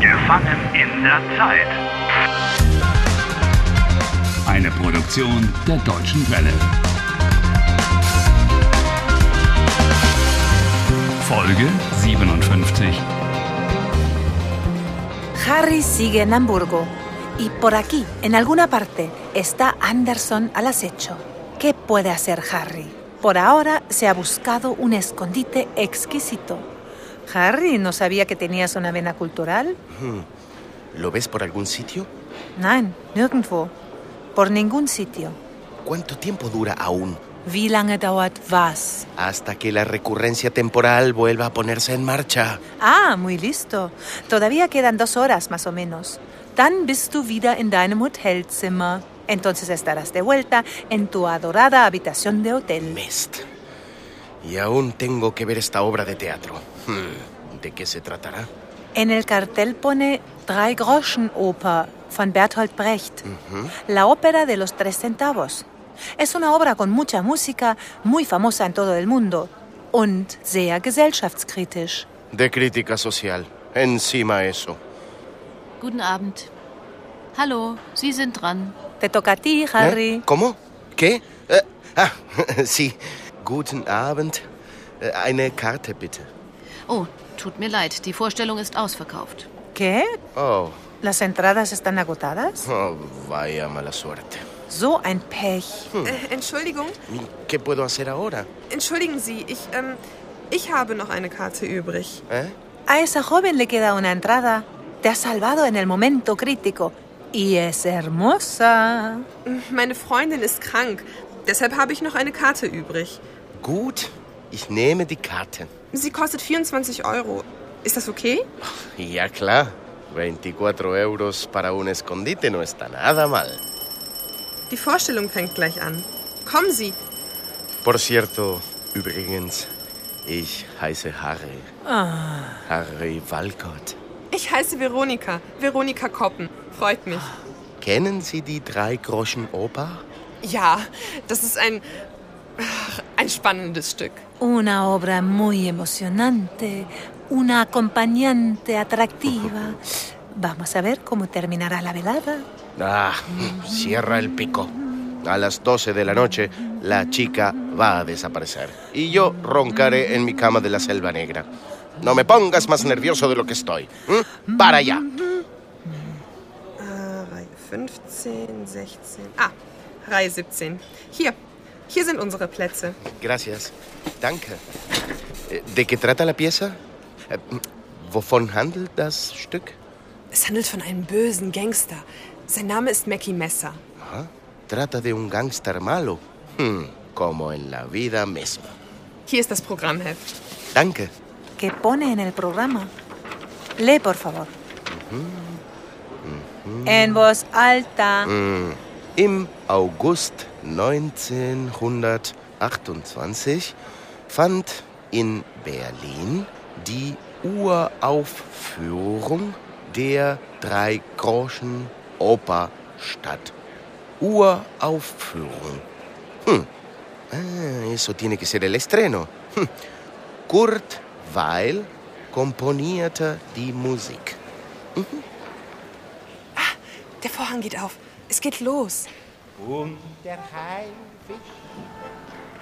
Gefangen in der Zeit. Eine Produktion der Deutschen Welle. Folge 57. Harry sigue en Hamburgo. Y por aquí, en alguna parte, está Anderson al acecho. ¿Qué puede hacer Harry? Por ahora se ha buscado un escondite exquisito. Harry, ¿no sabía que tenías una vena cultural? ¿Lo ves por algún sitio? Nein, nirgendwo. Por ningún sitio. ¿Cuánto tiempo dura aún Wie lange dauert was? hasta que la recurrencia temporal vuelva a ponerse en marcha? Ah, muy listo. Todavía quedan dos horas más o menos. Dann bist du wieder in deinem Hotelzimmer. Entonces estarás de vuelta en tu adorada habitación de hotel. Mist. Y aún tengo que ver esta obra de teatro. Hmm, ¿De qué se tratará? En el cartel pone Drei Groschen Oper von Bertolt Brecht, la ópera de los tres centavos. Es una obra con mucha música, muy famosa en todo el mundo und sehr gesellschaftskritisch. De crítica social. Encima eso. Guten Abend. Hallo, Sie sind dran. Te toca a ti, ¿Eh? Harry. ¿Cómo? ¿Qué? Eh, ah, sí. Guten Abend. Eh, Eine Karte bitte. Oh, tut mir leid, die Vorstellung ist ausverkauft. ¿Qué? Oh, ¿Las entradas están agotadas? oh, vaya mala suerte. So ein Pech. Äh, Entschuldigung, ¿Qué puedo hacer ahora? entschuldigen Sie, ich, ähm, ich habe noch eine Karte übrig. ¿Eh? A esa joven le queda una entrada. Te has salvado en el momento crítico. Y es hermosa. Meine Freundin ist krank, deshalb habe ich noch eine Karte übrig. Gut, ich nehme die Karte. Sie kostet 24 Euro. Ist das okay? Ya, claro. 24 euros para un escondite no está nada mal. Die Vorstellung fängt gleich an. Kommen Sie. Por cierto, übrigens, ich heiße Harry. Harry Walcott. Ich heiße Veronika. Veronika Koppen. Freut mich. Kennen Sie die Drei-Groschen-Oper? Ja, das ist ein. ach, ein spannendes Stück. Una obra muy emocionante, una acompañante atractiva. Vamos a ver cómo terminará la velada. Ah, cierra el pico. A las 12 de la noche, la chica va a desaparecer. Y yo roncaré en mi cama de la selva negra. No me pongas más nervioso de lo que estoy. ¿m? Para allá. Äh, Reihe 15, 16. Ah, Reihe 17. Hier. Hier sind unsere Plätze. Gracias. Danke. Eh, ¿De qué trata la pieza? Eh, ¿Wovon handelt das Stück? Es handelt von einem bösen Gangster. Sein Name ist Mackie Messer. Ajá. Ah, Trata de un gángster malo. Hmm, como en la vida misma. Hier ist das Programmheft. Danke. ¿Qué pone en el programa? Lee, por favor. En voz alta. Im August 1928 fand in Berlin die Uraufführung der Drei-Groschen-Oper statt. Uraufführung. Hm. Ah, eso tiene que ser el estreno. Hm. Kurt Weil komponierte die Musik. Der Vorhang geht auf. Es geht los. Und der Haifisch,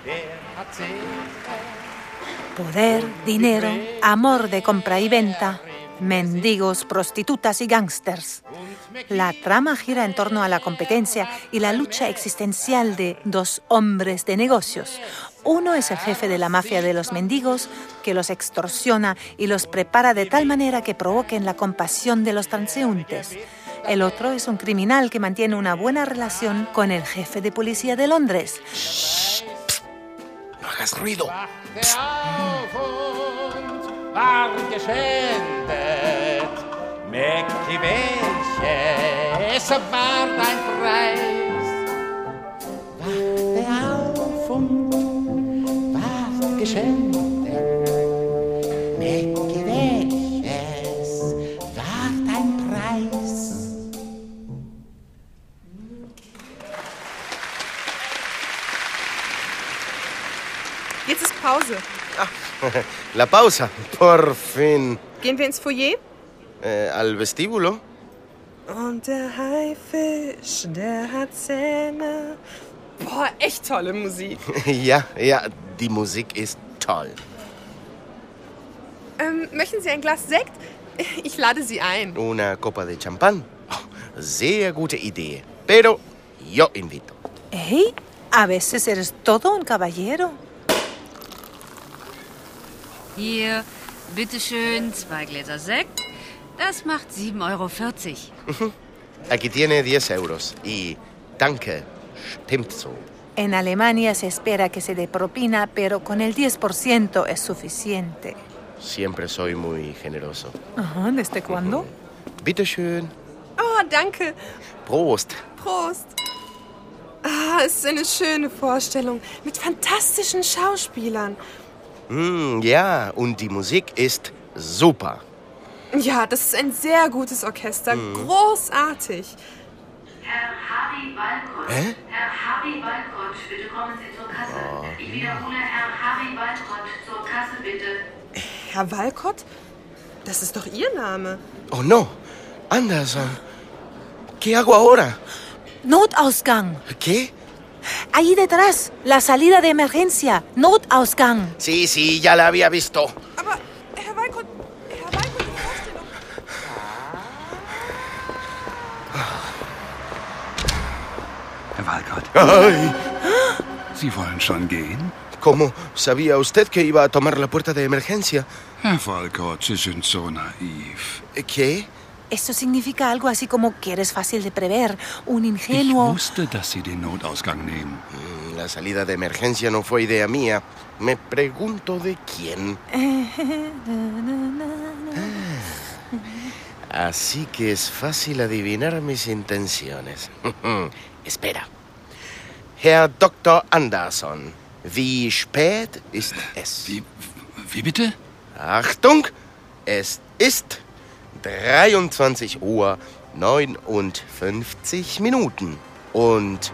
der hat sich Poder, dinero, amor de compra y venta, mendigos, prostitutas y gángsters. La trama gira en torno a la competencia y la lucha existencial de dos hombres de negocios. Uno es el jefe de la mafia de los mendigos, que los extorsiona y los prepara de tal manera que provoquen la compasión de los transeúntes. El otro es un criminal que mantiene una buena relación con el jefe de policía de Londres. No hagas ruido. der auf und war geschändet. Mäcki welche, es war dein Preis. Wachte auf und war geschändet. Mäcki welches, war dein Preis. Jetzt ist Pause. La pausa. Por fin. Gehen wir ins Foyer? eh, al vestíbulo. Und der Haifisch, der hat Zähne. Boah, echt tolle Musik. ja, ja, die Musik ist toll. Ähm, möchten Sie ein Glas Sekt? Ich lade Sie ein. Una copa de champán. Oh, Sehr gute Idee. Pero yo invito. ¡Ey! A veces eres todo un caballero. Hier, bitteschön, zwei Gläser Sekt. Das macht 7,40 Euro. Aquí tiene 10 euros. Y danke. Stimmt so. En Alemania se espera que se dé propina, pero con el 10% es suficiente. Siempre soy muy generoso. Ajá, ¿Desde cuándo? Bitte schön. Oh, danke. Prost. Prost. Ah, es ist eine schöne Vorstellung mit fantastischen Schauspielern. Mm, ja, und die Musik ist super. Ja, das ist ein sehr gutes Orchester. Großartig. Herr Harry Walcott. Herr Harry Walcott, bitte kommen Sie zur Kasse. Ich wiederhole, Herr Harry Walcott, zur Kasse bitte. Herr Walcott? Das ist doch Ihr Name. Oh no. Anderson. ¿Qué hago ahora? Notausgang. ¿Qué? Ahí detrás, la salida de emergencia. Notausgang. Sí, sí, ya la había visto. Aber Herr Walcott, Herr Walcott, die Vorstellung. Herr Walcott, Ay, Sie wollen schon gehen? ¿Cómo sabía usted que iba a tomar la puerta de emergencia? Eh, Herr Walcott, Sie sind so naiv. ¿Qué? Esto significa algo así como que eres fácil de prever, un Ich ingenuo. wusste, dass Sie den Notausgang nehmen. La salida de emergencia no fue idea mía. Me pregunto de quién. Así que es fácil adivinar mis intenciones. Espera. Herr Dr. Anderson, wie spät ist es? Wie, wie bitte? Achtung, es ist 23 Uhr 59 Minuten und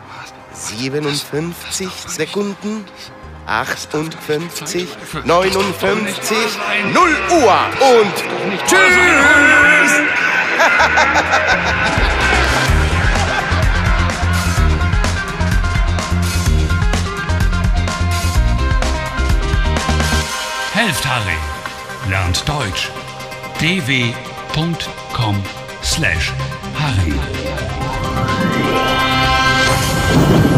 57 Sekunden, 58, 59, 0 Uhr und tschüss! Helft Harry. Lernt Deutsch. dw.com/harry.